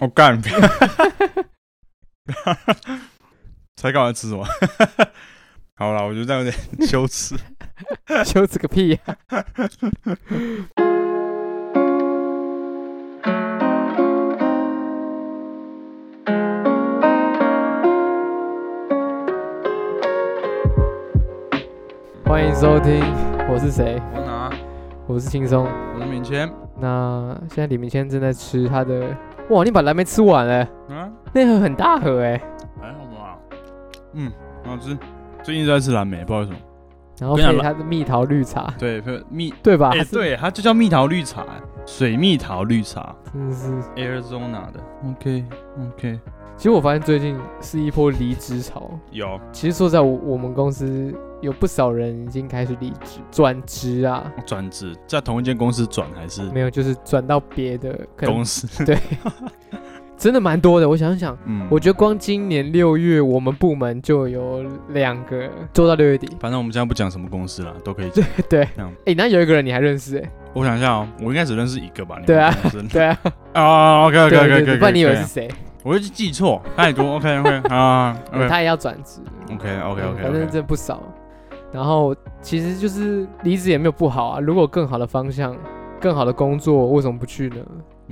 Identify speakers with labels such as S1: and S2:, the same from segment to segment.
S1: 我、哦、干，才刚完吃什么？ 好了，我觉得这样有 点羞耻。
S2: 羞耻个屁呀、欢迎收听，我是谁？
S1: 我拿，
S2: 我是轻松。
S1: 我是免签。
S2: 那现在李明谦正在吃他的，哇，你把蓝莓吃完了，
S1: 嗯，
S2: 那盒很大盒哎。
S1: 还好吧。嗯，很好吃。最近一直在吃蓝莓，不知道为什么。
S2: 然后
S1: 跟你讲
S2: 配他的蜜桃绿茶，
S1: 对，会有蜜，
S2: 对吧？
S1: 哎、
S2: 它是，
S1: 对，它就叫蜜桃绿茶、水蜜桃绿茶
S2: 真的是。
S1: ，Arizona 的。OK OK，
S2: 其实我发现最近是一波离职潮。
S1: 有，
S2: 其实说实在我我们公司有不少人已经开始离职、转职啊，
S1: 转职在同一间公司转还是
S2: 没有，就是转到别的，可能
S1: 公司？
S2: 真的蛮多的。我想想，
S1: 嗯，
S2: 我觉得光今年六月，我们部门就有两个做到六月底。
S1: 反正我们现在不讲什么公司啦，都可以讲。
S2: 对，
S1: 这样
S2: 哎、那有一个人你还认识、哎，
S1: 我想一下哦，我应该只认识一个吧？你们
S2: 对啊
S1: 公司，
S2: 对啊，
S1: 啊，OK
S2: 对
S1: OK
S2: 对
S1: OK
S2: 对
S1: OK，
S2: 不然你以为是谁？
S1: 我一直记错，太 多 OK OK 啊
S2: 对
S1: ，OK
S2: 他也要转职。
S1: OK OK
S2: 嗯
S1: OK，
S2: 反正真的不少。然后其实就是离职也没有不好啊，如果有更好的方向、更好的工作，为什么不去呢？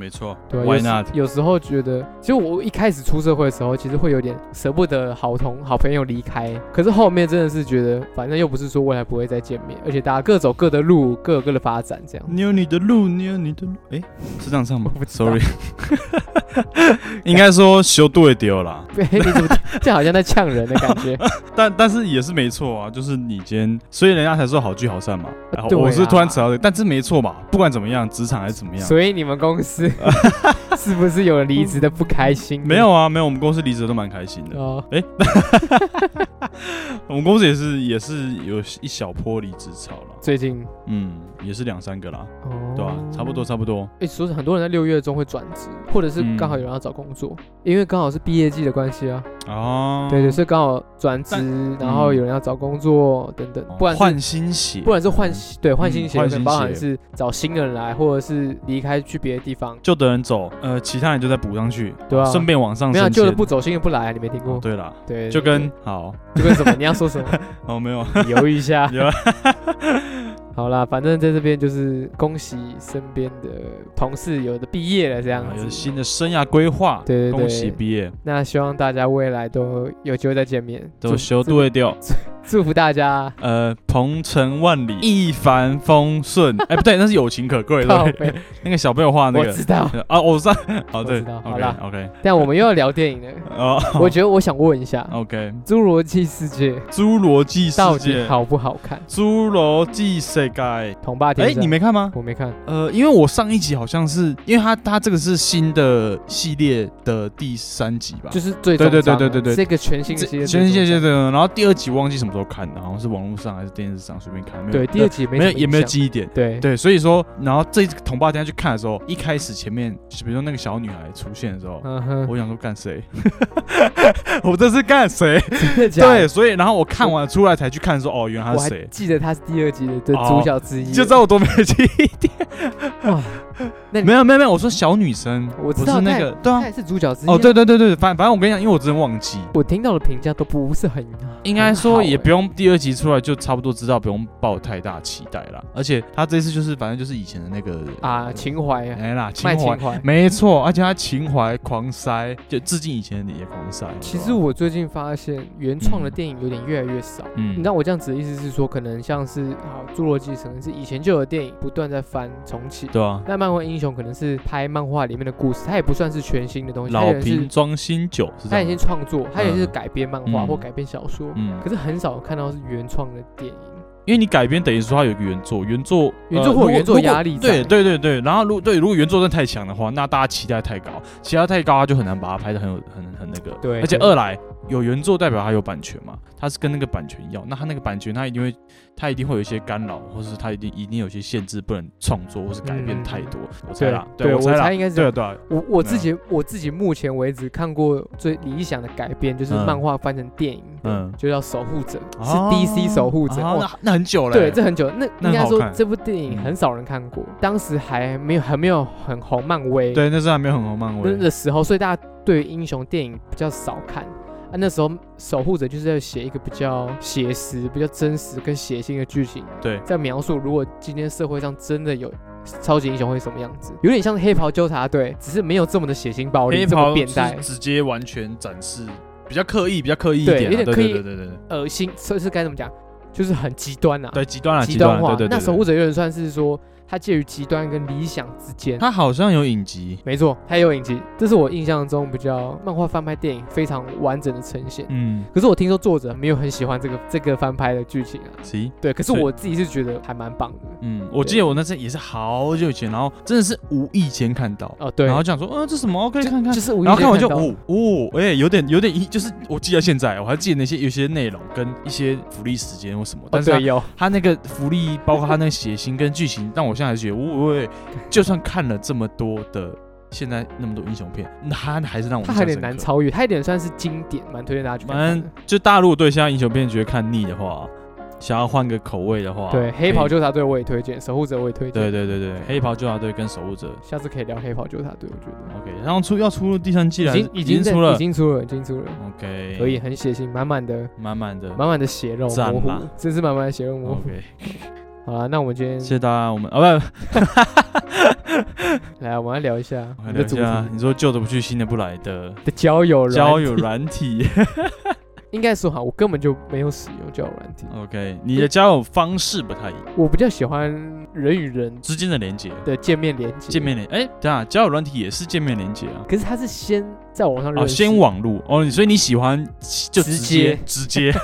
S1: 没错
S2: 对啊
S1: ，Why not？
S2: 有时有时候觉得，其实我一开始出社会的时候，其实会有点舍不得好同好朋友离开，可是后面真的是觉得，反正又不是说未来不会再见面，而且大家各走各的路，各有各的发展， 这样。
S1: 你有你的路，你有你的路。哎，是这样 唱吗
S2: 我不知道
S1: ？Sorry，应该说修对丢啦，
S2: 对，你怎么这样好像在呛人的感 觉？
S1: 但但是也是没错啊，就是你今天，所以人家才说好聚好散嘛。然后
S2: 对啊
S1: 我是突然扯到这个，但是没错嘛，不管怎么样，职场还是怎么样，
S2: 所以你们公司是不是有离职的不开心？
S1: 没有啊，没有，我们公司离职都蛮开心的。
S2: 哦，
S1: 我们公司也是也是有一小波离职潮了，
S2: 最近
S1: 嗯，也是两三个啦，
S2: 哦，
S1: 对吧、啊差不多，差不多。
S2: 诶，说是很多人在六月中会转职，或者是
S1: 嗯
S2: 刚好有人要找工作，因为刚好是毕业季的关系啊。
S1: 哦，
S2: 对对，所以刚好转职，然后
S1: 嗯哦
S2: 有人要找工作等等，不然是
S1: 换新鞋，
S2: 不然是换新对换新
S1: 嗯
S2: 鞋，
S1: 换
S2: 可能
S1: 新
S2: 包含
S1: 鞋
S2: 是找新的人来，或者是离开去别的地方。
S1: 旧的人走，呃，其他人就再补上去，
S2: 对啊
S1: 顺便往上
S2: 没
S1: 升
S2: 有
S1: 迁。
S2: 旧的不走，新的不来，你没听
S1: 哦
S2: 过？
S1: 对啦，
S2: 对，
S1: 就
S2: 对
S1: 跟好
S2: 就跟什么？你要说什 么？
S1: 哦，没有，
S2: 你犹豫一下。
S1: 有啊
S2: 好啦，反正在这边就是恭喜身边的同事有的毕业了这样
S1: 哦有
S2: 子，
S1: 新的生涯规划，
S2: 对对
S1: 恭喜
S2: 对
S1: 毕业，
S2: 那希望大家未来都有机会再见面，
S1: 都
S2: 祝
S1: 修
S2: 祝
S1: 对掉。
S2: 祝福大家。
S1: 呃，鹏程万里，一帆风 顺。哎，不对，那是友情可贵， 对
S2: 靠
S1: 不对？
S2: 背，
S1: 那个小朋友画的
S2: 我
S1: 那
S2: 知道，
S1: 个啊， 我知道，哦，对
S2: 知道好
S1: ，OK
S2: 啦
S1: OK，
S2: 但我们又要聊电影了。
S1: 哦
S2: 我觉得我想问一下，
S1: ，OK，
S2: 《侏罗纪世界》
S1: 侏罗纪世
S2: 到底
S1: 界，
S2: 好不好看？
S1: 侏罗纪世界，哎，
S2: 统霸天下，
S1: 你没看吗？
S2: 我没看，
S1: 呃，因为我上一集好像是，因为它它这个是新的系列的第三集吧，
S2: 就是最
S1: 对对
S2: 终章啊
S1: 对对对对
S2: 这个全新的
S1: 这
S2: 系列，
S1: 全新系
S2: 最
S1: 列
S2: 终章
S1: 的。然后第二集忘记什么时候看的，好像是网络上还是电视上随便看，没有
S2: 对第二集没
S1: 没有
S2: 什么
S1: 也没有
S2: 印象
S1: 记忆点。
S2: 对
S1: 对，所以说，然后这个同胞天下去看的时候，一开始前面，比如说那个小女孩出现的时候，
S2: 嗯哼，
S1: 我想说干谁？ 我这是干谁？
S2: 真的假
S1: 对，
S2: 的？
S1: 所以然后我看完出来才去看说，哦，原来
S2: 我
S1: 他是
S2: 啊还
S1: 谁？
S2: 记得他是第二集的的
S1: 哦
S2: 主角之一，
S1: 就知道我多没记忆点。
S2: 哇，那你
S1: 没有没有没有，我说小女生，
S2: 我知
S1: 不
S2: 道
S1: 是那
S2: 她也
S1: 个，对啊
S2: 他，也是主角之一。
S1: 哦，，对对对对，反反正我跟你讲，因为我真的忘记，
S2: 我听到的评价都不是很，
S1: 应该说也不
S2: 用
S1: 用第二集出来就差不多知道，不用抱太大期待啦。而且他这次就是反正就是以前的那个
S2: 啊，情怀啊，
S1: 哎啦情
S2: 卖情
S1: 怀，
S2: 怀。
S1: 没错，而且他情怀狂塞，就致敬以前的也狂塞。
S2: 其
S1: 对
S2: 实
S1: 吧
S2: 我最近发现原创的
S1: 嗯
S2: 电影有点越来越少。你
S1: 嗯
S2: 知道我这样子的意思是说，可能像是好《侏罗纪》可能是以前就有的电影不断在翻重启，
S1: 对啊，
S2: 那漫威英雄可能是拍漫画里面的故事，它也不算是全新的东西，它
S1: 老
S2: 也是
S1: 瓶装新酒是
S2: 它
S1: 这
S2: 已
S1: 样
S2: 经
S1: 吗。
S2: 创作，它也是
S1: 嗯
S2: 改编漫画
S1: 嗯
S2: 或改编小说，
S1: 嗯
S2: 可，是很少看到是原创的电影。
S1: 因为你改编等于说它有一个原作，原作呃
S2: 原作会有
S1: 如果
S2: 原作
S1: 如果
S2: 压力在
S1: 对对对对，然后如对如果原作真的太强的话，那大家期待太高，期待太高，它就很难把它拍的很有很很那个。
S2: 对
S1: 而且
S2: 对
S1: 二来有原作代表他有版权嘛，他是跟那个版权要，那他那个版权他一定会，他一定会有一些干扰，或是他一定一定有一些限制，不能创作或是改变
S2: 嗯
S1: 太多。我猜啦，
S2: 对
S1: 我
S2: 我
S1: 猜啦，
S2: 猜应该是这
S1: 对啊
S2: 样
S1: 对啊，
S2: 我我自己我自己目前为止看过最理想的改编，就是
S1: 嗯
S2: 漫画翻成电影，
S1: 嗯，
S2: 就叫《守护者》，是
S1: 哦
S2: DC 守护者。
S1: 哦
S2: 哇
S1: 那那很久了欸，
S2: 对，这很久，那
S1: 那
S2: 应该
S1: 很好
S2: 说
S1: 看嗯
S2: 这部电影很少人看过，当时还没有还没有很红漫威，
S1: 对那时候还没有很红漫
S2: 那
S1: 威，
S2: 的时候，所以大家对于英雄电影比较少看。啊，那时候守护者就是要写一个比较写实、比较真实跟血腥的剧情，
S1: 对
S2: 在描述如果今天社会上真的有超级英雄会是什么样子，有点像黑袍纠察队，只是没有这么的血腥暴力、
S3: 黑
S2: 这么
S3: 袍
S2: 变
S3: 是
S2: 态、
S3: 直接完全展示，比较刻意，比较刻意一
S2: 对
S3: 点、啊，
S2: 有点
S3: 对
S2: 刻
S3: 对
S2: 意
S3: 对对对对
S2: 恶心，这是该怎么讲？就是很极端啊，
S1: 对极端啊
S2: 极
S1: 端啊，
S2: 化。
S1: 对对对，
S2: 那
S1: 对
S2: 守护者有点算是说，它介于极端跟理想之间。
S1: 他好像有影集，
S2: 没错，它也有影集，这是我印象中比较漫画翻拍电影非常完整的呈现。
S1: 嗯，
S2: 可是我听说作者没有很喜欢这个这个翻拍的剧情啊。
S1: 行。
S2: 对，可是
S1: 所以
S2: 我自己是觉得还蛮棒的。
S1: 嗯，我记得我那次也是好久以前，然后真的是无意间看到，
S2: 哦，对，
S1: 然后讲说，嗯、这什么可以看看，
S2: 就是无意
S1: 然
S2: 间
S1: 后看完就
S2: 到
S1: 哦哦，哎、有点有点一，就是我记到现在，我还记得那些有些内容跟一些福利时间或什么，
S2: 哦
S1: 但是他,、
S2: 对有，
S1: 他那个福利，包括他那个血腥跟剧情，但我现在还是觉得，哦喂、就算看了这么多的现在那么多英雄片，他还是让我
S2: 它
S1: 印
S2: 还
S1: 象
S2: 有点
S1: 深
S2: 难
S1: 刻。
S2: 超越，它有点算是经典，蛮推荐大家去看
S1: 反
S2: 看
S1: 正
S2: 的。
S1: 就大陆对现在英雄片觉得看腻的话，想要换个口味的话，
S2: 对，黑袍
S1: 可以
S2: 纠察队我也推荐，守护者我也推荐。
S1: 对对对对，黑袍纠察队跟守护者
S2: 下次可以聊黑袍纠察队，我觉
S1: OK，然后出要出第三季了，
S2: 得已经
S1: 已
S2: 经在
S1: 出了
S2: 已经出了，已经出了，
S1: ，OK，
S2: 可以，很血腥，满满的
S1: 满满的
S2: 满满的血肉
S1: 赞
S2: 模糊
S1: 啦，
S2: 真是满满的血肉模糊。
S1: ，OK，
S2: 好了，那我们今
S1: 谢
S2: 天
S1: 谢大家，我们啊不，
S2: 来，我们来聊一下我
S1: 我们
S2: 们
S1: 聊
S2: 的
S1: 一
S2: 主题
S1: 下，你说旧的不去，新的不来的
S2: 的交友软
S1: 交友
S2: 体，
S1: 软体
S2: 应该说哈，我根本就没有使用交友软体，
S1: ，OK，你的交友方式不太一样，
S2: 我比较喜欢人与人
S1: 之间的连接，
S2: 的见面连接。
S1: 见面连，哎，等一下交友软体也是见面连接啊。
S2: 可是他是先在网上认
S1: 哦，
S2: 识，
S1: 先网路哦，你所以你喜欢就直
S2: 直
S1: 接
S2: 接
S1: 直接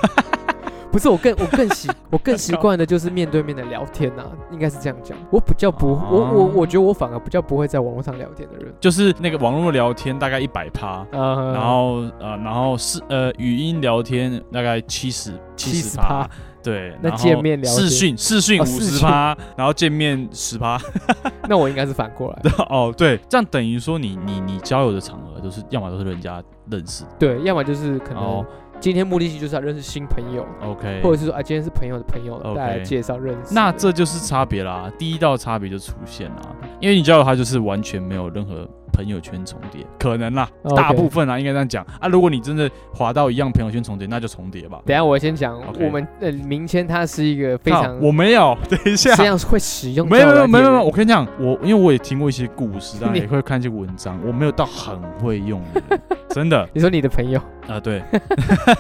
S2: 不是我更我更习我更习惯的就是面对面的聊天呐、啊应该是这样讲。我比较不、
S1: 哦
S2: 我我我觉得我反而比较不会在网络上聊天的人，
S1: 就是那个网络聊天大概一百趴，
S2: 呃，
S1: 然后呃，然后是呃语音聊天大概七十七十
S2: 70%
S1: 趴，对，
S2: 那
S1: 然后
S2: 见面聊
S1: 视
S2: 天
S1: 讯视讯
S2: 哦
S1: 五
S2: 视
S1: 十
S2: 讯
S1: 趴，然后见面十趴，
S2: 那我应该是反过来，
S1: 哦对，这样等于说你你你交友的场合都是要么都是人家认识
S2: 对，要么就是可能
S1: 哦
S2: 今天目的性就是要认识新朋友，
S1: ，OK，
S2: 或者是说啊今天是朋友的朋友
S1: OK
S2: 大家来介绍认识。
S1: 那这就是差别啦，第一道差别就出现啦，因为你交友它就是完全没有任何朋友圈重叠，可能啦
S2: OK
S1: 大部分啦应该这样讲啊，如果你真的滑到一样朋友圈重叠，那就重叠吧。
S2: 等一下我先讲
S1: OK
S2: 我们呃明谦他是一个非
S1: 靠
S2: 常
S1: 我没 有，等一下，
S2: 这样会使用
S1: 没有没有
S2: 交友软体
S1: 没
S2: 的
S1: 有没有，
S2: 人
S1: 我跟你讲，我因为我也听过一些故事，当然
S2: 你
S1: 也会看一些文章，我没有到很会用的人，真 的啊、啊
S2: 你说你的朋友
S1: 对，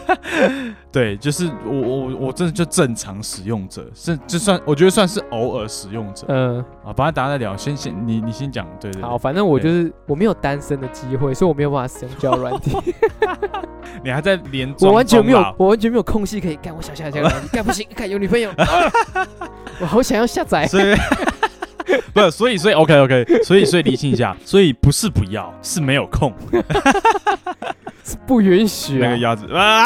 S1: 对，就是我我我真的就正常使用者，是就算我觉得算是偶尔使用者
S2: 嗯。
S1: 啊，反正大家再聊，先先你你先讲，对对
S2: 好，
S1: 对，
S2: 反正我就是
S1: 嗯
S2: 我没有单身的机会，所以我没有办法使用交友 软体，
S1: 你还在连
S2: 我
S1: 装啊
S2: 完全没有
S1: 中啦，
S2: 我完全没有空隙可以干。我想下交友 软体，干不行，干有女朋友，啊我好想要下载。
S1: 所以。 不是，所以所以 OK OK，所以所以理清一 下，所以不是不要，是没有空
S2: 是不允许
S1: 那
S2: 啊
S1: 个！鸭子啊，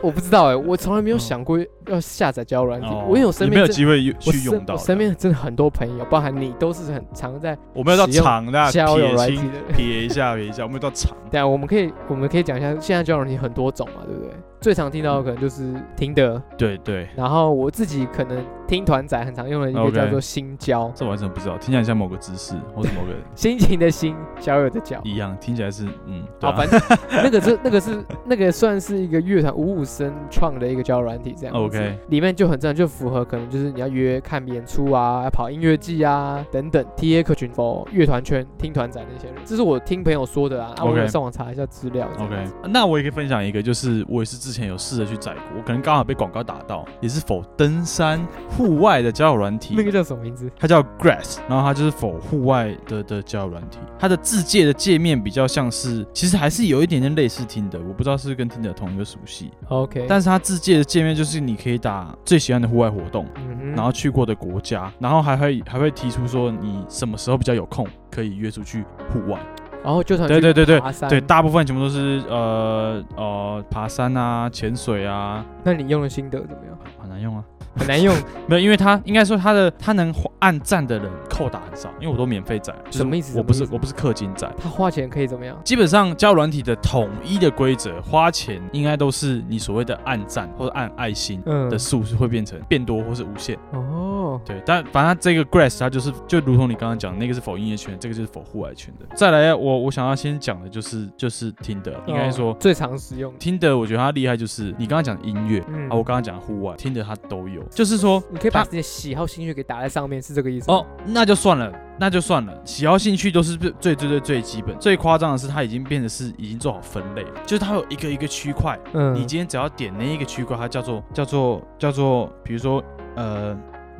S2: 我不知道哎，我从来没有
S1: 嗯
S2: 想过要下载交友软体
S1: 哦，
S2: 我因为我身
S1: 你没
S2: 边
S1: 有
S2: 真
S1: 机会
S2: 我
S1: 去用
S2: 身
S1: 到
S2: 我
S1: 的，
S2: 身边真的很多朋友，包含你，都是很常在
S1: 我们要到
S2: 使用
S1: 长的啊撇
S2: 交友软体
S1: 清
S2: 的人。
S1: 撇一下，撇一下，我们到长。
S2: 对啊，我们可以我们可以讲一下，现在交友软体很多种嘛，对不对？最常听到的可能就是听的，
S1: 对对，
S2: 然后我自己可能听团仔很常用的一个
S1: OK
S2: 叫做新交，
S1: 这完全不知道，听起来像某个姿势或者某 个
S2: 心情的心，交友的交。
S1: 一样，听起来是嗯，对
S2: 好，
S1: 啊
S2: 反正那个是那 个是那个算是一个乐团五五声创的一个交友软体，这样子
S1: OK
S2: 里面就很自然就符合可能就是你要约看演出啊、要跑音乐季啊等等，TA 客群否乐团圈、听团仔那些人，这是我听朋友说的啊，啊
S1: OK
S2: 我有上网查一下资料这样
S1: OK
S2: 子。。
S1: 那我也可以分享一个，就是我也是之前有试着去载过，我可能刚好被广告打到，也是否登山户外的交友软体
S2: 那，个叫什么名字？
S1: 它叫 Grass，然后它就是否户外的的交友软体，它的字界的界面比较像是，其实还是有一点点类似听的，我不知道是不是跟听的同一个属系，
S2: OK，
S1: 但是它字界的界面就是你可以打最喜欢的户外活动。
S2: 嗯
S1: 然后去过的国家，然后还会还会提出说你什么时候比较有空，可以约出去户外。
S2: 然后就算
S1: 对对对对
S2: 爬山，
S1: 对，大部分全部都是呃呃爬山啊、潜水啊，
S2: 那你用的心得怎么样？
S1: 很难用啊。
S2: 很难 用，
S1: 没有，因为他应该说他的他能按赞的人扣打很少，因为我都免费载，就是
S2: 什么意思
S1: 我不
S2: 什么
S1: 是
S2: 意思
S1: 我不是氪金载。
S2: 他花钱可以怎么样？
S1: 基本上交友软体的统一的规则，花钱应该都是你所谓的按赞或者按爱心
S2: 嗯
S1: 的，数是会变成变多或是无限。
S2: 哦，
S1: 对，但反正它这个 grass 它就是就如同你刚刚讲的，那个是否音乐圈，这个就是否户外圈的。再来，我我想要先讲的就是就是听的，应该说
S2: 哦最常使用的，
S1: 听的，我觉得它厉害就是你刚刚讲的音乐。
S2: 嗯
S1: 啊，我刚刚讲的户外，听的它都有，就是说
S2: 你可以把
S1: 它
S2: 自己的喜好、兴趣给打在上面，是这个意思吗？
S1: 哦，那就算了，那就算了。喜好兴趣都是最最最最最基本，最夸张的是它已经变得是已经做好分类了，就是它有一个一个区块，
S2: 嗯，
S1: 你今天只要点那一个区块，它叫做叫做叫做，比如说呃，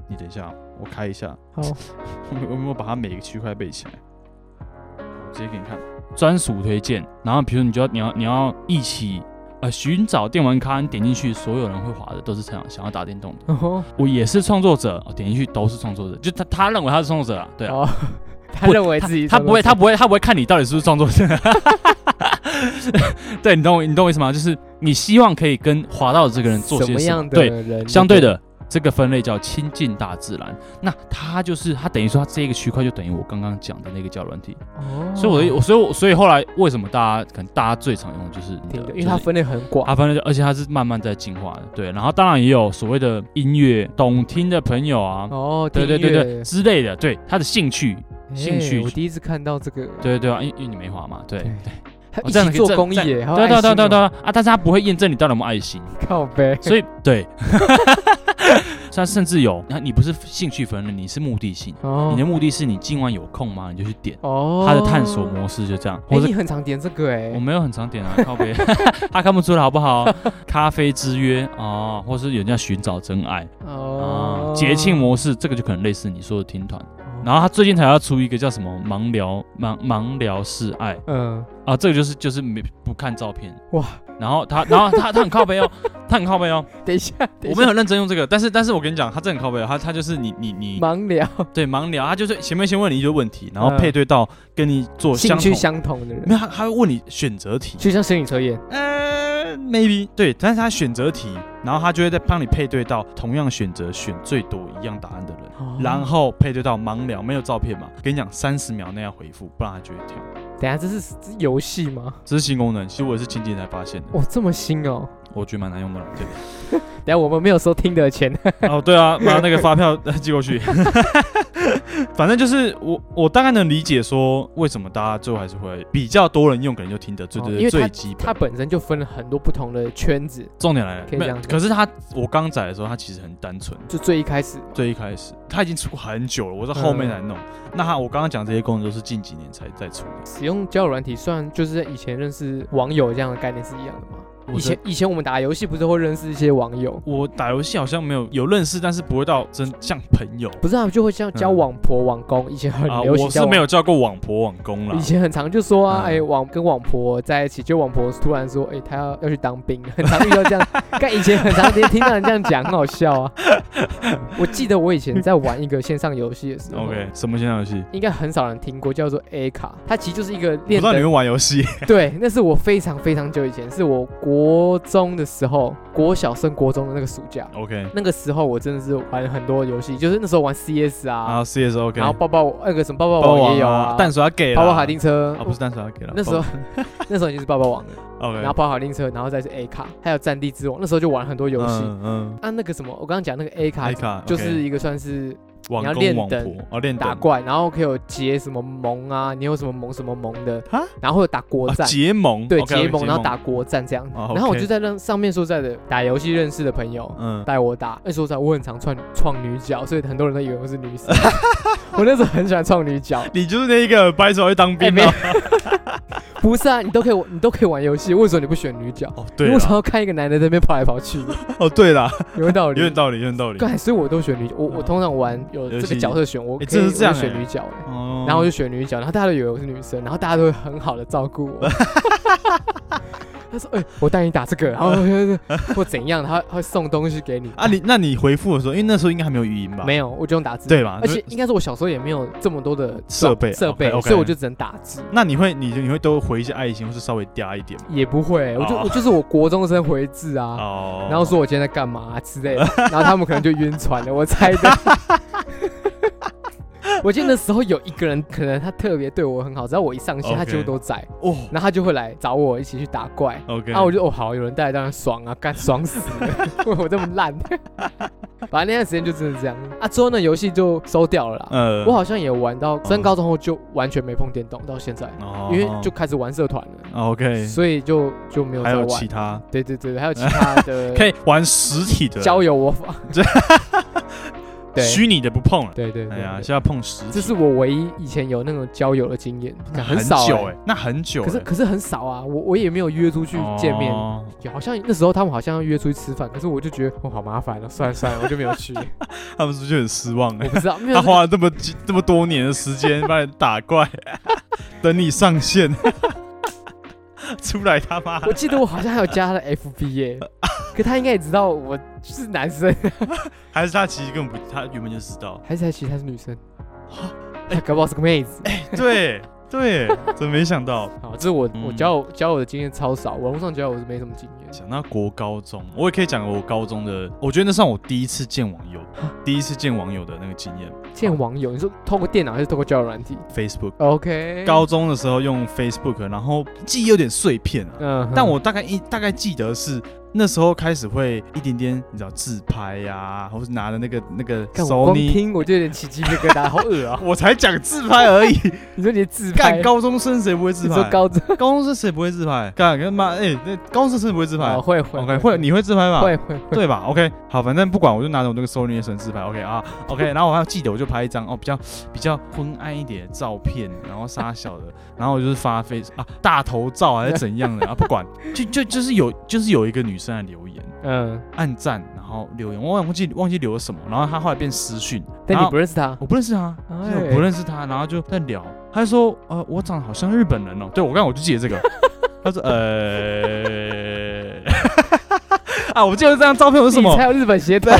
S1: 你等一下哦，我开一下，
S2: 好，
S1: 我有没有把它每个区块背起来？我直接给你看，专属推荐。然后比如你就要你要你要一起呃寻找电玩咖，你点进去，所有人会滑的都是想想要打电动的。
S2: 哦，
S1: 我也是创作者，哦、点进去都是创作者，就他他认为他是创作者啊，对啊。
S2: 哦，他
S1: 不
S2: 认为自己
S1: 他不会，他
S2: 创作
S1: 不会，他不会看你到底是不是创作者。 对，你懂我，你懂我意思吗？就是你希望可以跟滑到的这个人做
S2: 什
S1: 些
S2: 么
S1: 什
S2: 样
S1: 么？
S2: 的
S1: 对，
S2: 人，
S1: 相对的，这个分类叫亲近大自然。那它就是它等于说它这个区块就等于我刚刚讲的那个叫软体。
S2: 哦，
S1: 所以我的我所以我所以后来为什么大家可能大家最常用的就是
S2: 听的，因
S1: 就
S2: 为
S1: 是
S2: 它分类很广，
S1: 它分类，而且它是慢慢在进化的。对，然后当然也有所谓的音乐懂听的朋友啊。
S2: 哦，
S1: 对对
S2: 听
S1: 对
S2: 乐
S1: 对，之类的，对他的兴趣，
S2: 哎
S1: 兴趣
S2: 我第一次看到这个，嗯
S1: 对对对啊，因因为你没滑嘛，对，
S2: 他
S1: 哦
S2: 一
S1: 这样
S2: 起
S1: 可以
S2: 做
S1: 这
S2: 公益
S1: 这样
S2: 耶，还有
S1: 对
S2: 爱
S1: 对
S2: 心
S1: 对对对
S2: 哦，
S1: 啊！但是他不会验证你到底有没有爱心，
S2: 靠背，
S1: 所以对， 他甚至有，那你不是兴趣分类，你是目的性，
S2: 哦
S1: 你的目的是你今晚有空吗？你就去点。
S2: 哦，
S1: 他的探索模式就这样，
S2: 哎，
S1: 或者
S2: 你很常点这个哎，
S1: 我没有很常点啊，靠边， 他看不出来好不 好？咖啡之约哦，或是有人家寻找真爱
S2: 哦
S1: 啊，，节庆模式这个就可能类似你说的听团。
S2: 哦，
S1: 然后他最近才要出一个叫什么盲聊盲盲聊示爱
S2: 嗯，
S1: 啊，这个就是就是没不看照片
S2: 哇，
S1: 然后他然后他他很靠背哦，他很靠背哦，
S2: 等一下， 等
S1: 我
S2: 一
S1: 没
S2: 下
S1: 有很认真用这个，但是但是我跟你讲，他真的很靠背哦，他他就是你你你
S2: 盲聊，
S1: 对盲聊，他就是前面先问你一堆问题，然后
S2: 嗯
S1: 配对到跟你做
S2: 兴
S1: 相
S2: 趣
S1: 同，
S2: 相同的人
S1: 没，有他他会问你选择题，
S2: 就像心理测验，
S1: 呃，maybe 对，但是他选择题，然后他就会再帮你配对到同样选择选最多一样答案的人。
S2: 哦
S1: 然后配对到盲聊，没有照片嘛？跟你讲，三十秒内要回复，不然他就会跳。
S2: 等一下这是这是游戏吗？
S1: 这是新功能，其实我也是近期才发现的，
S2: 哇，这么新哦！
S1: 我觉得蛮难用的了。对，
S2: 等一下我们没有收听的钱，
S1: 哦，对啊，把那个发票 寄过去。反正就是我，我大概能理解说为什么大家最后还是会比较多人用，可能就听得最
S2: 哦
S1: 最
S2: 因为
S1: 最最基
S2: 它
S1: 本。
S2: 本身就分了很多不同的圈子，
S1: 重点来了
S2: 可以，
S1: 没
S2: 这
S1: 有
S2: 样，讲
S1: 可是他我刚载的时候，他其实很单纯。
S2: 就最一开始
S1: 最一开始他已经出很久了，我是
S2: 嗯
S1: 后面才弄。那他我刚刚讲这些功能都是近几年才在出的。
S2: 使用交友软体，虽然就是以前认识网友这样的概念是一样的嘛。
S1: 我
S2: 以
S1: 是
S2: 前以前我们打游戏不是会认识一些网友，
S1: 我打游戏好像没有有认识，但是不会到真像朋友
S2: 不是啊，就会像交
S1: 嗯
S2: 网婆、网公，以前很
S1: 啊。
S2: 流行
S1: 我
S2: 交
S1: 是
S2: 网
S1: 没有叫过网婆网工啦
S2: 以。前很常就说啊，
S1: 嗯
S2: 哎、网跟网婆在一起，就网婆突然说，哎、她要要去当兵， 很常遇到这样。但以前很常听到人这样讲，很好 笑啊。我记得我以前在玩一个线上游戏的时候
S1: OK，什么线上游戏？
S2: 应该很少人听过，叫做 A 卡，它其实就是一个
S1: 我不
S2: 练
S1: 知道你
S2: 的。
S1: 们玩游戏
S2: 对，那是我非常非常久以前，是我国中的时候，国小升国中的那个暑假，
S1: ，OK，
S2: 那个时候我真的是玩很多游戏，就是那时候玩 CS
S1: 然
S2: 啊，
S1: 后 CS OK，
S2: 然后抱抱那个什么抱抱
S1: 包
S2: 网哦也有
S1: 啊，淡水要给了，
S2: 跑跑卡丁车
S1: 啊，不是淡水要给了，
S2: 那时候
S1: 包
S2: 那时候已经是抱抱网了，
S1: OK，
S2: 然后跑好令车，然后再是 A 卡，还有战地之王，那时候就玩很多游戏。
S1: 嗯嗯，
S2: 啊，那个什么，我刚刚讲那个 A 卡
S1: A 卡
S2: 就是一
S1: OK
S2: 个算是
S1: 网
S2: 要
S1: 工
S2: 练
S1: 网
S2: 等
S1: 婆哦，练
S2: 打
S1: 等
S2: 怪，然后可以有结什么盟啊，你有什么盟什么盟的
S1: 啊，
S2: 然后有打国
S1: 啊
S2: 战，
S1: 结盟，
S2: 对
S1: OK，OK，
S2: 结盟，然后打国战这样。
S1: 哦
S2: 然后我
S1: OK
S2: 就在那上面说实在的打游戏认识的朋友。
S1: 嗯，
S2: 带我打，那说实在，我很常创创女角，所以很多人都以为我是女生。 我那时候很喜欢创女角，
S1: 你就是那一个白手去当
S2: 哎、
S1: 兵啊
S2: 没有
S1: 的，
S2: 不是啊，你都可以，你都可以玩游戏，为什么你不选女角？
S1: 哦，
S2: 你
S1: 对
S2: 为什
S1: 啦
S2: 么要看一个男的在那边跑来跑 去？
S1: 哦，对啦，
S2: 有没有道
S1: 有
S2: 理？
S1: 点道理，有点道理，
S2: 对，所以我都选女，我我
S1: 嗯
S2: 通常玩有
S1: 游
S2: 这个
S1: 戏
S2: 角色选，我可以
S1: 真的是这样
S2: 我就选
S1: 欸
S2: 女角欸
S1: 哦
S2: 然后我就选女角，然后大家都以为我是女生，然后大家都会很好的照顾我。他说：“哎、我带你打这个，然后 或怎样，他他会送东西给你。啊
S1: 啊，你那你回复的时候，因为那时候应该还没有语音吧？
S2: 没有，我就用打字。
S1: 对吧？
S2: 而且应该是我小时候也没有这么多的
S1: 设备
S2: 设备，啊
S1: OK，OK
S2: 所以我就只能打字。
S1: 那你会你你会都回一些爱心，或是稍微嗲一点吗？
S2: 也不会，我就、
S1: 哦
S2: 我就是我国中生回字啊，
S1: 哦，
S2: 然后说我今天在干嘛、之类的，然后他们可能就晕船了，我猜 的。我记得那时候有一个人，可能他特别对我很好，只要我一上线，他
S1: OK
S2: 几乎都在，
S1: 哦
S2: 然后他就会来找我一起去打怪。
S1: ，OK，
S2: 啊，我就哦好，有人带当然爽啊，干爽死 了，我这么烂。反正那段时间就真的这样啊。之后呢，游戏就收掉了啦。
S1: 呃
S2: 我好像也玩到升高中后就完全没碰电动，到现在，
S1: 哦
S2: 因为就开始玩社团了，
S1: 哦 OK，
S2: 所以就就没有
S1: 还
S2: 再
S1: 有
S2: 玩
S1: 其。他
S2: 对对对，还 有其他
S1: 可
S2: 的
S1: 以玩实体的，
S2: 交友我法。 对
S1: 虚拟的不碰了。
S2: 对对
S1: 哎
S2: 对
S1: 呀，，
S2: 对
S1: 现在碰实体，
S2: 这是我唯一以前有那种交友的经验，
S1: 那
S2: 很少
S1: 久
S2: 欸
S1: 哎，那很久欸，
S2: 可是可是很少啊，我我也没有约出去见面，
S1: 哦
S2: 有好像那时候他们好像要约出去吃饭，可是我就觉得哦好麻烦了，算了算了，我就没 有去。我
S1: 他们是不是就很失望哎？
S2: 不知道，没有
S1: 他花了这么几这么多年的时间 把你打怪，等你上线， 出来他妈
S2: 我记得我好像还有加他的 FB 耶、可他应该也知道我是男生，。
S1: 还是他其实根本不，他原本就知道
S2: 还是他其实他是 女生，他搞不好是个妹子。
S1: 对对，真没想到。
S2: 好，这是我、
S1: 嗯
S2: 我交友交友的经验超少，网络上交友我是没什么经验。
S1: 讲到国高中，我也可以讲我高中的，我觉得那算我第一次见网友，第一次见网友的那个经验。
S2: 见网友，你说透过电脑还是透过交友软体
S1: Facebook，
S2: ？OK，
S1: 哦高中的时候用 Facebook，然后记忆有点碎片啊，
S2: 嗯哼，
S1: 但我大概一大概记得是那时候开始会一点点，你知道自拍呀、或是拿着那个那个
S2: 看我光
S1: Sony，
S2: 听我就有点起鸡皮疙瘩，好恶啊！
S1: 我才讲自拍而已。
S2: 你说你的自
S1: 干
S2: 拍，
S1: 高中生谁不会自
S2: 你
S1: 拍？
S2: 说
S1: 高
S2: 高中，
S1: 中生谁不会自拍？干跟妈哎，那高中生谁不会自拍
S2: 哦，会会
S1: ？OK，会你会自拍吧？
S2: 会会会，
S1: 对吧？OK，好，反正不管，我就拿着我那个 Sony 的神自拍，OK 啊，OK，然后我还要记得，我就拍一张哦比较比较昏暗一点的照片，然后傻小的，然后我就是发 face 啊大头照还是怎样的啊，不管，就就就是有就是有一个女生来留言
S2: 嗯，
S1: 按赞，然后留言，我忘记忘记留了什么，然后她后来变私讯，
S2: 但
S1: 然
S2: 你
S1: 后
S2: 不认识他，
S1: 我不认识她，
S2: 哎
S1: 就是我不认识她，然后就在聊，她就说呃我长得好像日本人哦，对我刚刚我就记得这个，她说呃。 啊！我记得这张照片是什么
S2: 你？才有日本鞋子，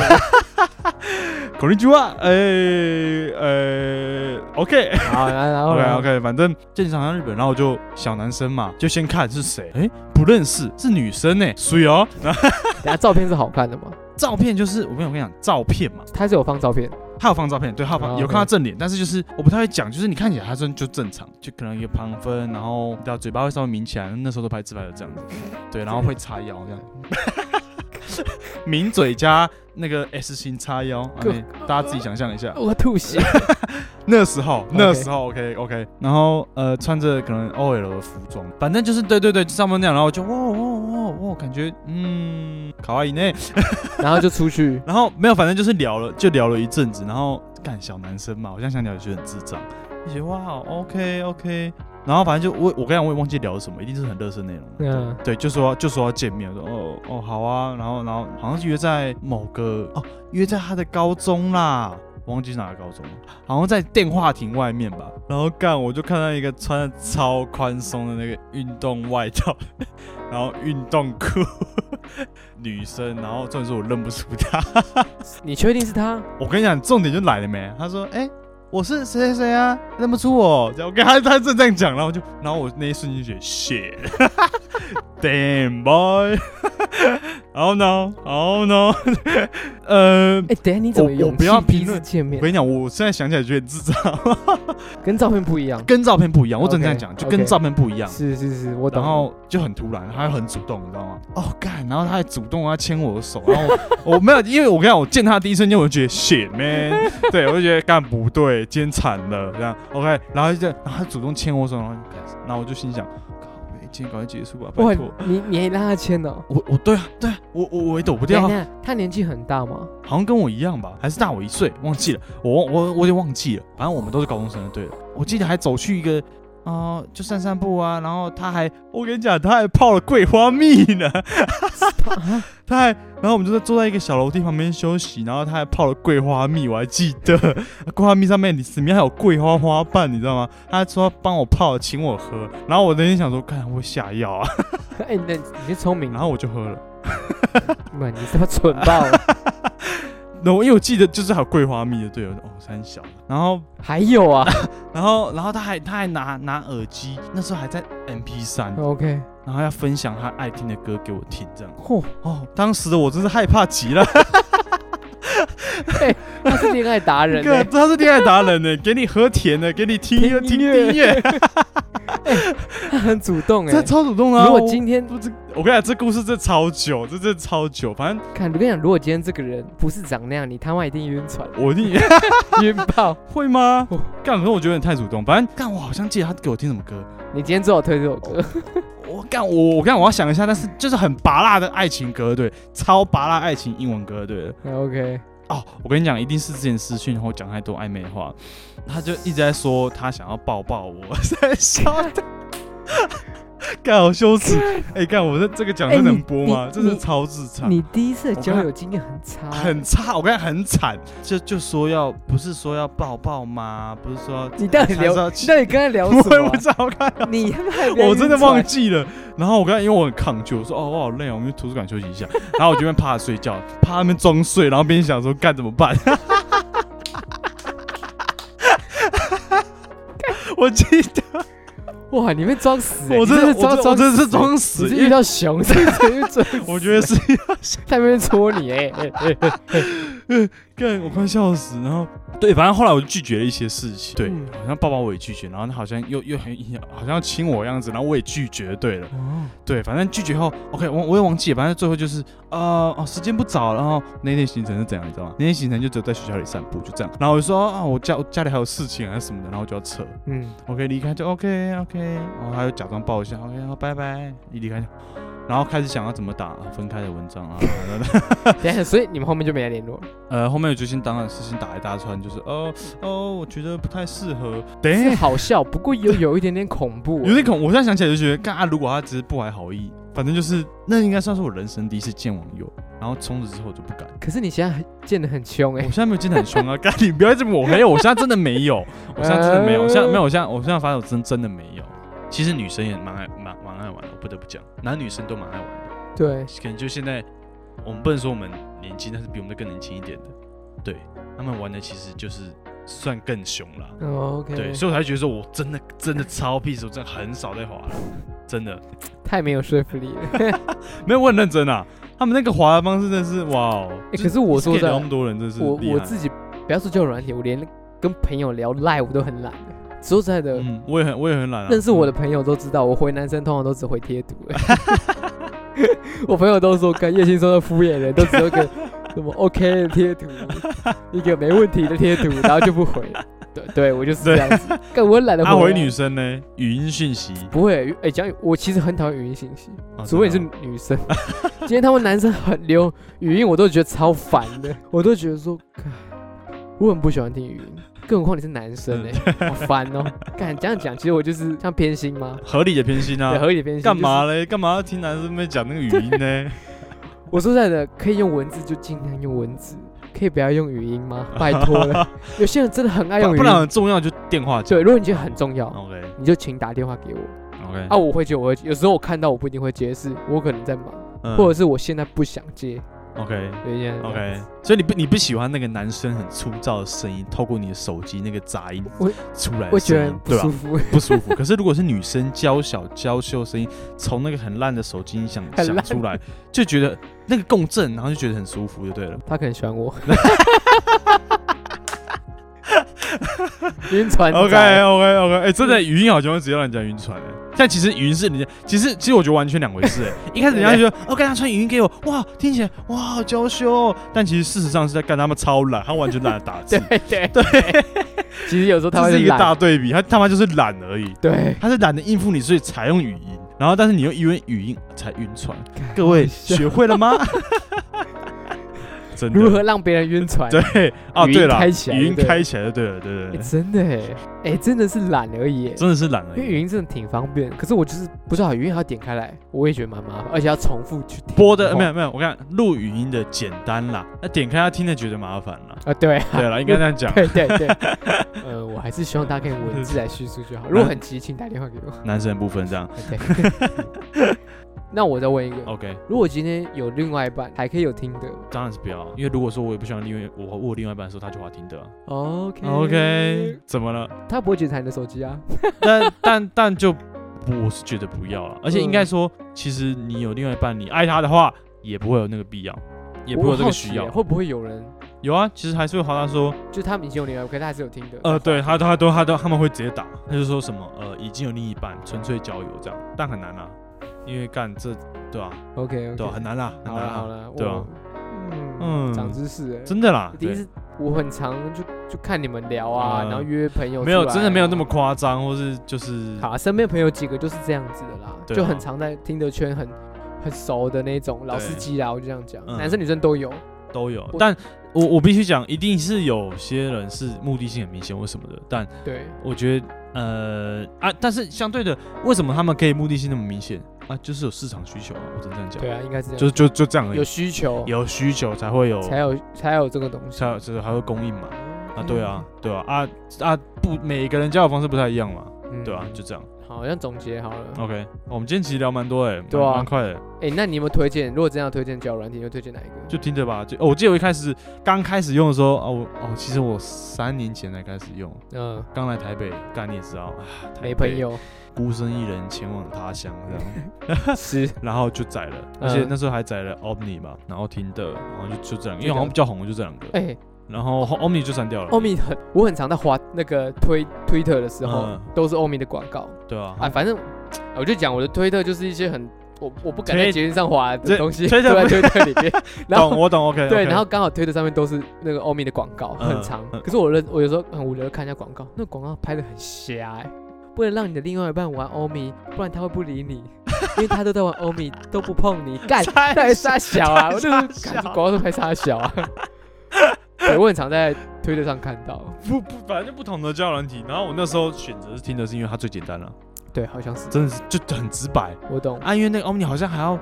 S1: こんにちは，呃哎呃，OK
S2: 好，然后然后
S1: OK
S2: 然后
S1: OK，反正正常像日本，然后我就小男生嘛，就先看是谁，哎，不认识，是女生呢，所以哦，然后
S2: 等下照片是好看的吗？
S1: 照片就是我跟我跟你讲，照片嘛，
S2: 他是有放 照片，
S1: 他有放照片，对，他有放
S2: 哦
S1: 有
S2: OK
S1: 看到正脸，但是就是我不太会讲，就是你看起来他真的就正常，就可能 一个旁分，然后你知道嘴巴会稍微抿起来，那时候都拍自拍的这样子，对，然后会叉腰 这样，抿嘴加那个 S 型叉腰，啊
S2: 各
S1: 你大家自己想象一下。
S2: 我吐血，
S1: 那时候，那时候 OK OK，然后呃，穿着可能 OL 的服装，反正就是对对对，上班那样，然后我就哇哇哇哇，感觉嗯，卡哇伊呢，
S2: 然后就出去，
S1: 然后没有，反正就是聊了，就聊了一阵子，然后干小男生嘛，我现在想聊也觉得很智障，就觉得哇 OK OK，然后反正就我我刚才我也忘记聊了什么，一定是很热身内容，
S2: 嗯，
S1: 对，就说就说要见面，我说哦哦好啊，然后然后好像是约在某个哦约在他的高中啦，我忘记是哪个高中了，好像在电话亭外面吧。然后干我就看到一个穿的超宽松的那个运动外套， 然后运动裤， 女生，然后重点是我认不出她。
S2: 你确定是他？
S1: 我跟你讲，重点就来了没？他说哎。我是谁谁谁啊，认不出我。这样我跟他他正这样讲，然后我就，然后我那一瞬间就觉得 shit，damn boy，oh no，oh oh no，呃，
S2: 哎，等下你怎么
S1: 我
S2: 有
S1: 我不要
S2: 勇气第
S1: 评
S2: 一次
S1: 论
S2: 见面
S1: 我，跟你讲，我现在想起来觉得智障，
S2: 跟照片不一样，
S1: 跟照片不一样，我只能这样
S2: OK，
S1: 讲就跟
S2: OK
S1: 照片不一样。
S2: 是是是，我懂。
S1: 然后就很突然，他又很主动，你知道吗？哦，干，然后他还主动要牵我的手，然后我 我没有，因为我跟你讲，我见他的第一瞬间，我就觉得 shit man，对我就觉得干不对，今天惨了这样，OK，然后就这样然后他主动牵我手，然后干然后我就心想，靠，今天赶快结束吧，
S2: 哇
S1: 拜托，，
S2: 你你还让他签哦？
S1: 我我对啊对啊，我我我也躲不掉
S2: 等
S1: 啊，
S2: 下他年纪很 大吗？
S1: 好像跟我一样吧，还是大我一岁，忘记了，我忘我我也忘记了，反正我们都是高中生的，对了，我记得还走去一个。哦、就散散步啊，然后他还，我跟你讲，他还泡了桂花蜜呢，
S2: 啊
S1: 他还，然后我们就在坐在一个小楼梯旁边休息，然后他还泡了桂花蜜，我还记得，啊桂花蜜上面里面还有桂花花瓣，你知道吗？他还说帮我泡，请我喝，然后我那天想说，看我下药啊，
S2: 哎，那你是聪明，
S1: 然后我就喝了。
S2: 妈，你他妈蠢爆 啊了！
S1: 那我因为我记得就是还有桂花蜜的，对，我说哦三小，然后
S2: 还有啊
S1: 然后然后他还他还拿拿耳机，那时候还在 MP 三，
S2: ，OK，
S1: 然后要分享他爱听的歌给我听，这样
S2: 嚯，
S1: 哦，当时的我真是害怕极了，
S2: 他是恋爱达 人欸，
S1: 哥，他是恋爱达人呢，欸给你喝甜的，给你听
S2: 听
S1: 又听
S2: 音乐哎
S1: 音 乐，
S2: 他很主动哎
S1: 这。超主动啊！
S2: 如果
S1: 我
S2: 今天
S1: 不知，我跟你讲，这故事真的超久，这真的超久，反正
S2: 看，我跟你讲，如果今天这个人不是长那样，你他妈一定晕 船，
S1: 我一定
S2: 晕爆！
S1: 会吗
S2: 哦？
S1: 干，可是我觉得你太主动。反正干，我好像记得他给我听什么歌。
S2: 你今天最好推这首 歌，
S1: 我干，我我干，我要想一下，但是就是很拔辣的爱情歌，对，超拔辣爱情英文歌，对。
S2: OK，
S1: 哦，我跟你讲，一定是之前私讯然后讲太多暧昧的话，他就一直在说他想要抱抱我，在笑 的。干好羞耻！哎、干我这这个讲
S2: 哎
S1: 真的
S2: 你
S1: 能播吗
S2: 你？
S1: 这是
S2: 你
S1: 超智障。
S2: 你第一次的
S1: 我
S2: 交
S1: 看
S2: 友经验很差，欸
S1: 很差，我刚才很惨，就就说要不是说要抱抱吗？不是说要
S2: 你到底
S1: 还是
S2: 聊，
S1: 要
S2: 你到底跟他 聊
S1: 不
S2: 什
S1: 会
S2: 么
S1: 不
S2: 啊？
S1: 知道看，
S2: 你他妈有没有
S1: 我真的
S2: 晕船
S1: 忘记了。然后我刚才因为我很抗拒，我说哦我好累哦，我们去图书馆休息一下。 然后我就边趴着睡觉，趴那边装睡，然后边想说干怎么 办。我记得，
S2: 哇，你会装死欸、
S1: 我
S2: 你真
S1: 真
S2: 的
S1: 的，
S2: 装
S1: 我真的我真的是
S2: 死
S1: 装
S2: 你
S1: 死，
S2: 是
S1: 因
S2: 遇
S1: 为
S2: 到熊，是不是遇到装
S1: 我觉得是
S2: 在那边戳你、欸，哎、欸欸
S1: 干，我快笑死。然后对，反正后来我就拒绝了一些事情，对，
S2: 嗯
S1: 好像抱抱我也拒绝，然后他好像又又很好像要亲我样子，然后我也拒绝，对了，对，反正拒绝后，OK，我我也忘记了，反正最后就是呃哦，时间不早了，然后那天行程是怎样，你知道吗？那天行程就只有在学校里散步，就这样。然后我就说啊，我家我家里还有事情还是什么的，然后我就要撤
S2: 嗯，
S1: ，OK，离开就 OK OK，然后他就假装抱一下，OK，好，拜拜，一离开就。然后开始想要怎么打、啊、分开的文章啊，
S2: 等一下，所以你们后面就没来联络了，
S1: 呃，后面我决心当然事情打一大串，就是哦哦，我觉得不太适合。
S2: 是
S1: 对，
S2: 好笑，不过又有一点点恐怖、
S1: 有点恐，我现在想起来就觉得，干、啊，如果他只是不怀好意，反正就是那应该算是我人生第一次见网友，然后从此之后我就不敢。
S2: 可是你现在很见得很凶
S1: 我
S2: 哎、
S1: 现在没有见得很凶啊， 干你不要一直抹黑我，我现在真的没有，我现在真的没有，我现在没有，我现在我现在发现我真真的没有。其实女生也蛮爱蛮蛮爱玩的，我不得不讲，男女生都蛮爱玩的。
S2: 对，
S1: 可能就现在，我们不能说我们年轻，但是比我们更年轻一点的，对他们玩的其实就是算更凶啦。
S2: 哦 OK，
S1: 对，所以我才觉得说我真的真的超屁，我真的很少在滑了，真的
S2: 太没有说服力了。
S1: 没有我很认真啊。他们那个滑的方式真的是哇哦！
S2: 欸
S1: 就
S2: 可是我
S1: 是可以
S2: 说真
S1: 聊
S2: 的
S1: 那么多人，真是啊
S2: 我
S1: 厉
S2: 我
S1: 害
S2: 自己不要说交友软体，我连跟朋友聊赖我都很懒的。说实在的，
S1: 嗯，我也很我也很懒啊。
S2: 认识我的
S1: 嗯
S2: 朋友都知道，我回男生通常都只回贴图。 欸我朋友都说，跟叶欣说的敷衍人，都只有个 什么 OK 的贴图，一个没问题的贴图，然后就不 回。对对，我就是这样子。但我懒得
S1: 啊，
S2: 回
S1: 回
S2: 啊
S1: 女生呢，语音讯息，
S2: 不会。哎，讲我其实很讨厌语音信息，
S1: 啊
S2: 除非哦你是
S1: 真的
S2: 女生。 今天他们男生很溜语音，我都觉得超烦的， 我都觉得说，干我很不喜欢听语音，更何况你是男生哎、好烦哦、敢这样讲，其实我就是像偏心吗？
S1: 啊合理的偏心
S2: 对，
S1: 啊，
S2: 合理的偏心。
S1: 干嘛？嘞？干嘛要听男生们讲那个语音 呢？
S2: 我说实在的，可以用文字就尽量用文字，可以不要用语音 吗？拜托了，有些人真的很爱用
S1: 不
S2: 语
S1: 不然哦
S2: 音。
S1: 很重要就电话讲
S2: 对，如果你觉得很重要，
S1: OK
S2: 你就请打电话给我
S1: OK
S2: 啊，我会接，我会接。有时候我看到我不一定会接，是我可能在忙，或者是我现在不想接。
S1: 嗯 OK
S2: 有一些人这样
S1: OK，
S2: 子
S1: 所以你不你不喜欢那个男生很粗糙的声音，透过你的手机那个杂音
S2: 我
S1: 出来的
S2: 会觉
S1: 声
S2: 得
S1: 音对
S2: 很，不
S1: 啊吧
S2: 舒？服，
S1: 不舒服。可是如果是女生娇小娇羞的声音，从那个很烂的手机音响
S2: 很
S1: 响
S2: 烂
S1: 出来，就觉得那个共振，然后就觉得很舒服，就对了。
S2: 他可能喜 欢我。晕船仔
S1: OK OK OK，哎、真的语音好像会直接让人家晕船哎、但其实语音是人家，其实其实我觉得完全两回 事哎、一开始人家就觉得哦，干他传语音给我，哇，听起来哇好娇羞哦，但其实事实上是在干他们超懒，他完全懒得打字，
S2: 对对对，其实有时候他
S1: 这
S2: 会
S1: 是一个
S2: 懒
S1: 大对比，他他妈就是懒而已，
S2: 对，
S1: 他是懒得应付你，所以采用语音，然后但是你又因为语音才晕船，各位学会了 吗？真的
S2: 如何让别人晕船？
S1: 对啊？
S2: 语音
S1: 对了，
S2: 开起来
S1: 语音
S2: 对
S1: 开起来就对了，对对
S2: 欸
S1: 对，
S2: 真的哎，哎，真的是懒而已欸，
S1: 真的是懒而
S2: 因为语
S1: 已。
S2: 音真的挺方便，可是我就是不知道语音还要点开来，我也觉得蛮麻烦，而且要重复去听
S1: 播的没
S2: 有
S1: 有没有，我看录语音的简单啦，那点开他听的觉得麻烦 啦。
S2: 啊？ 对
S1: 对了，应该这样讲，
S2: 对对 对，呃，我还是希望大家可以 用文字来叙述就好，如果很急，请打电话给我。
S1: 男生的部分这样。
S2: 对， 那我再问一个，
S1: OK，
S2: 如果今天有另外一半，还可以有听的
S1: 当然是不要啊，因为如果说我也不喜欢另外我我有另外一半的时候，他就滑听的啊。
S2: ？OK
S1: OK，怎么了？
S2: 他不会检查你的手机啊。
S1: 但但但就我是觉得不要了，而且应该
S2: 嗯
S1: 说，其实你有另外一半，你爱他的话，也不会有那个必要，也不会有这
S2: 我好
S1: 个
S2: 奇
S1: 需要
S2: 耶。会不会有人
S1: 有啊，其实还是会滑到说，
S2: 就他们已经有另外一半，可是他还是有听的？
S1: 呃，对他他都他都他们会直接打，他就说什么呃已经有另一半，纯粹交友这样，但很难啊，因为干这对啊
S2: ，OK OK，
S1: 对啊很难啦，很
S2: 好
S1: 难
S2: 了好
S1: 啊，
S2: 了，
S1: 对啊
S2: 我，嗯
S1: 嗯
S2: 长知识哎，
S1: 真的啦，
S2: 第一
S1: 对，
S2: 次我很常就就看你们聊啊，
S1: 嗯
S2: 然后约朋友出来，
S1: 没有真的没有那么
S2: 啊
S1: 夸张，或是就是
S2: 好啊，身边朋友几个就是这样子的啦，
S1: 对啊
S2: 就很常在听的圈很很熟的那种老司机啦，我就这样讲，
S1: 嗯
S2: 男生女生都有，
S1: 都有
S2: 我，
S1: 但我我必须讲，一定是有些人是目的性很明显或什么的，但
S2: 对，
S1: 我觉得呃啊，但是相对的，为什么他们可以目的性那么明显啊？就是有市场需求啊，我只能这样讲，
S2: 对啊，应该是这样，
S1: 就就就这样而
S2: 有
S1: 已，
S2: 需求，
S1: 有需求才会有
S2: 才有才有这个东西
S1: 才有就是还会供应嘛。啊，
S2: 嗯
S1: 对啊，对啊，啊啊，不，每个人交友方式不太一样嘛，
S2: 嗯
S1: 对啊，就嗯这样。
S2: 好像总结好了。
S1: OK，我哦们今天其实聊蛮多哎，
S2: 对啊
S1: 蛮蛮快的，
S2: 哎，那你有没有推荐？如果真要推荐交友软体，你会推荐哪一个？
S1: 就听着吧。就哦，我记得我一开始刚开始用的时候，哦，我哦，其实我三年前才开始用，
S2: 嗯，
S1: 刚来台北，干你也知道啊，台
S2: 没
S1: 北
S2: 朋，友
S1: 孤身一人前往他乡这样，
S2: 是
S1: 然后就载了，而
S2: 嗯
S1: 且那时候还载了 Omni 嘛，然后听的，然后就就这样，因为好像比较红，就这两个，
S2: 哎，
S1: 然后 Omni 就删掉了，
S2: 欧米很，我很常在滑那个推推特的时候
S1: 嗯，
S2: 都是欧米的广告。
S1: 对啊，
S2: 啊，反正我就讲我的推特就是一些很我我不敢在
S1: 推
S2: 捷运上滑的
S1: 这
S2: 东西，
S1: 推特
S2: 都在
S1: 不
S2: 推特里 面。然
S1: 懂
S2: 后
S1: 我懂，OK，
S2: 对，然后刚好推特上面都是那个欧米的广告，
S1: 嗯
S2: 很长。
S1: 嗯
S2: 可是我认我有时候很无聊，看一下广告，那广告拍的很瞎哎、不能让你的另外一半玩欧米，不然他会不理你，因为他都在玩欧米，都不碰你，干
S1: 太
S2: 那还傻小啊！我就是
S1: 傻
S2: 感
S1: 小
S2: 觉广告都拍傻小啊。对，我很常在推特上看到。
S1: 不不，反正就不同的交友软体。然后我那时候选择是听的是因为它最简单了，
S2: 对，好像是，
S1: 真的是就很直白。
S2: 我懂。
S1: 啊，因为那个 Omni 好像还要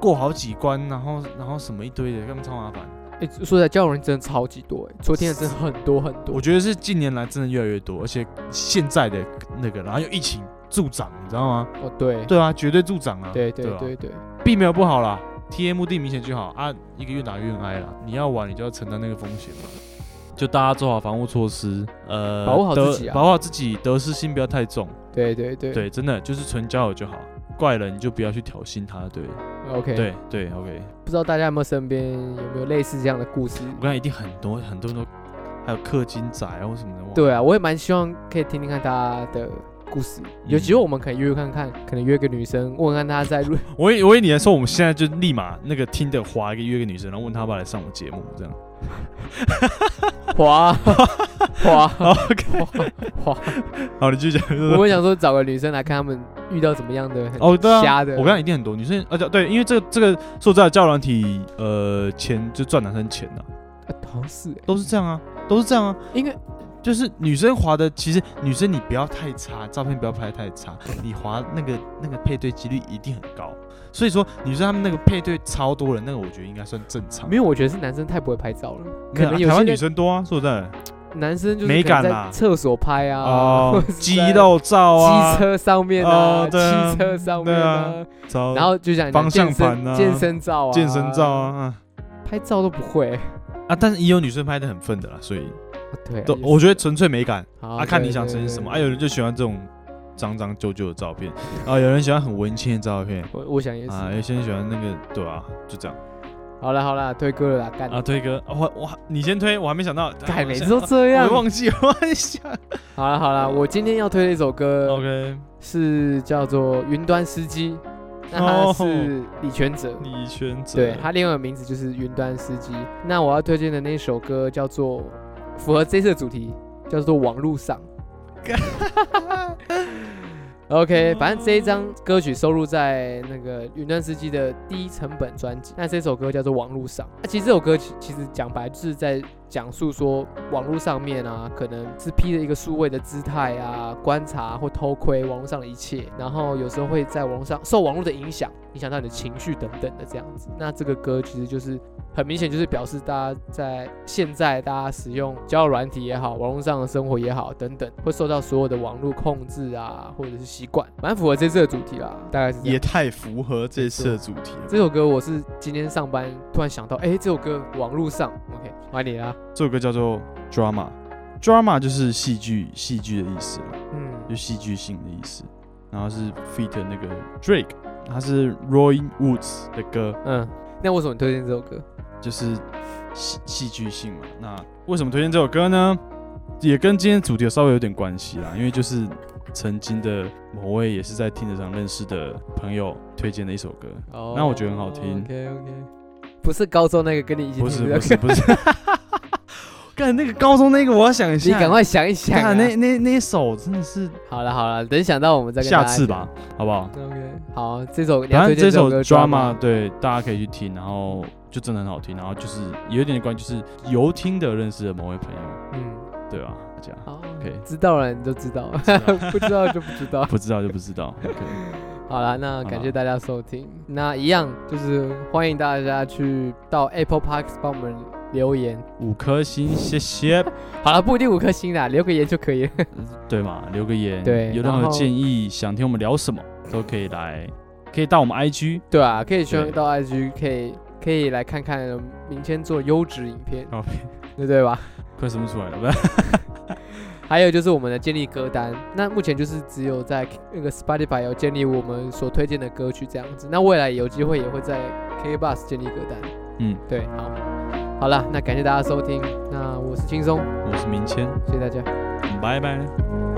S1: 过好几关，然后然后什么一堆的，根本超麻烦。
S2: 哎、说实在，交友软件真的超级多、欸，昨天的真的很多很多
S1: 我。觉得是近年来真的越来越多，而且现在的那个，然后又疫情助长，你知道吗？
S2: 哦，对，
S1: 对啊，绝对助长啊。
S2: 对对
S1: 啊
S2: 对对，
S1: 并没有不好啦。TMD 明显就好啊，一个越打越挨啦。你要玩，你就要承担那个风险嘛。就大家做好防护措施，呃，
S2: 保护好
S1: 得
S2: 自己啊
S1: 保护好自己，得失心不要太重。
S2: 对对对
S1: 对，真的就是纯交友就好，怪人你就不要去挑衅他，对，
S2: ，OK。
S1: 对对，OK。
S2: 不知道大家有没有身边有没有类似这样的故事？
S1: 我看一定很多很多人都，还有氪金仔啊或什么的，哇，
S2: 对啊，我也蛮希望可以听听看大家的故事，有机会我们可以约约看看，可能约个女生，问问看她在录
S1: 我以我以为你来说，我们现在就立马那个听的划一个约个女生，然后问她要不要来上我节目， 这样。
S2: 滑滑
S1: OK，
S2: 滑，
S1: 好，你继续讲。
S2: 我们想说找个女生来看他们遇到怎么样的很
S1: 哦，对啊，
S2: 瞎的，
S1: 我看一定很多女生，而且对，因为这个这个说实在的，教软体，呃，钱就赚男生钱呐、
S2: 啊好像是欸，
S1: 都是这样啊，都是这样啊。
S2: 因为
S1: 就是女生滑的，其实女生你不要太差，照片不要拍得太差，你滑那个那个配对几率一定很高。所以说女生她们那个配对超多人，那个我觉得应该算正常。
S2: 没有，我觉得是男生太不会拍照了，可能
S1: 啊
S2: 有
S1: 台
S2: 些
S1: 湾女
S2: 人
S1: 生多啊，说实在的
S2: 男生就是
S1: 美
S2: 可能
S1: 感
S2: 在
S1: 啦
S2: 厕所拍啊，
S1: 哦
S2: 或， 者是
S1: 肌
S2: 在
S1: 肉照啊
S2: 机，车上面啊，
S1: 哦对啊
S2: 汽车上面啊，
S1: 照
S2: 然后就讲你的
S1: 方向
S2: 健身
S1: 盘啊
S2: 健身照啊，
S1: 健身照，啊
S2: 拍照都不会。
S1: 啊啊，但是也有女生拍的很愤的啦，所以
S2: 对啊，
S1: 都
S2: 也是
S1: 我觉得纯粹美感
S2: 好
S1: 啊，看
S2: 对
S1: 你想呈现
S2: 对
S1: 什么。
S2: 对
S1: 啊，有人就喜欢这种脏脏旧旧的照片，啊，有人喜欢很文青的照片，
S2: 我我想也是。
S1: 啊，有些人喜欢那个，对啊，就这样。
S2: 好了好了，推歌了啦，干
S1: 啊，推歌，哦我我你先推，我还没想到，啊
S2: 干，
S1: 我
S2: 每次
S1: 想
S2: 都这
S1: 我
S2: 样。
S1: 忘记，我还想。
S2: 好了好了，我今天要推的一首 歌
S1: OK，
S2: 是叫做《云端司机》，那他
S1: 哦
S2: 是李全哲。
S1: 李全哲，
S2: 对，他另外一个名字就是《云端司机》。那我要推荐的那首歌叫做符合这次的主题，叫做《网路上》。OK，反正这一张歌曲收录在那个云端司机啊的低成本专辑。那这首歌叫做《网路上》。那其实这首歌其其实讲白就是在讲述说网络上面啊，可能是披着一个数位的姿态啊，观察或偷窥网络上的一切，然后有时候会在网络上受网络的影响，影响到你的情绪等等的这样子。那这个歌其实就是很明显就是表示大家在现在大家使用交友软体也好，网络上的生活也好等等，会受到所有的网络控制啊，或者是习惯，蛮符合这次的主题啦，大概是这样
S3: 也太符合这次的主题了。
S2: 这首歌我是今天上班突然想到，哎，这首歌网络上，OK，欢迎你啊啦。
S1: 这首歌叫做 drama。drama 就是戏剧，戏剧的意思嘛，就
S2: 嗯，
S1: 戏剧性的意思。然后是 feat 那个 Drake，他是 Roy Woods 的歌，
S2: 嗯，那为什么你推荐这首歌？
S1: 就是戏戏剧性嘛。那为什么推荐这首歌呢？也跟今天主题有稍微有点关系啦，因为就是曾经的某位也是在听着上认识的朋友推荐的一首歌，
S2: 哦
S1: 那我觉得很好听
S2: OK OK，不是高中那个跟你一起
S1: 不是
S2: 听的
S1: 不是不是， 干那个高中那个我要想一
S2: 你
S1: 下，
S2: 赶快想一想啊、
S1: 干那那那一首真的是
S2: 好了好了，等想到我们再跟大
S1: 下
S2: 家
S1: 次吧，好不好？
S2: 讲。OK，好，这首你要
S1: 反
S2: 推
S1: 正
S2: 荐
S1: 这首
S2: 歌
S1: drama 对大家可以去听，然后就真的很好听，然后就是有一点点关，就是由听的认识的某位朋友，
S2: 嗯，
S1: 对吧、大家
S2: 好
S1: OK
S2: 知道了你就知道， 不知道就不知 道。
S1: 不知道就不知道。OK，
S2: 好了，那
S1: 好
S2: 感
S1: 啦
S2: 谢大家收听。那一样就是欢迎大家去到 Apple Park 帮我们留言。
S1: 五颗星，谢谢。
S2: 好了，不一定五颗星啦，留个言就可以了。
S1: 对嘛，留个言。
S2: 对
S1: 有任何
S2: 然后
S1: 建议，想听我们聊什么，都可以来，可以到我们 IG。
S2: 对啊，可以去
S1: 对
S2: 到 IG，可以可以来看看明天做优质影片，
S1: 哦，
S2: 对对吧？
S1: 快生不出来了，不是？
S2: 还有就是我们的建立歌单，那目前就是只有在那个 Spotify 有建立我们所推荐的歌曲这样子。那未来有机会也会在 KK Bus 建立歌单。
S1: 嗯，
S2: 对，好，好了，那感谢大家收听，那我是轻松，
S1: 我是明谦，嗯
S2: 谢谢大家。
S1: 拜拜。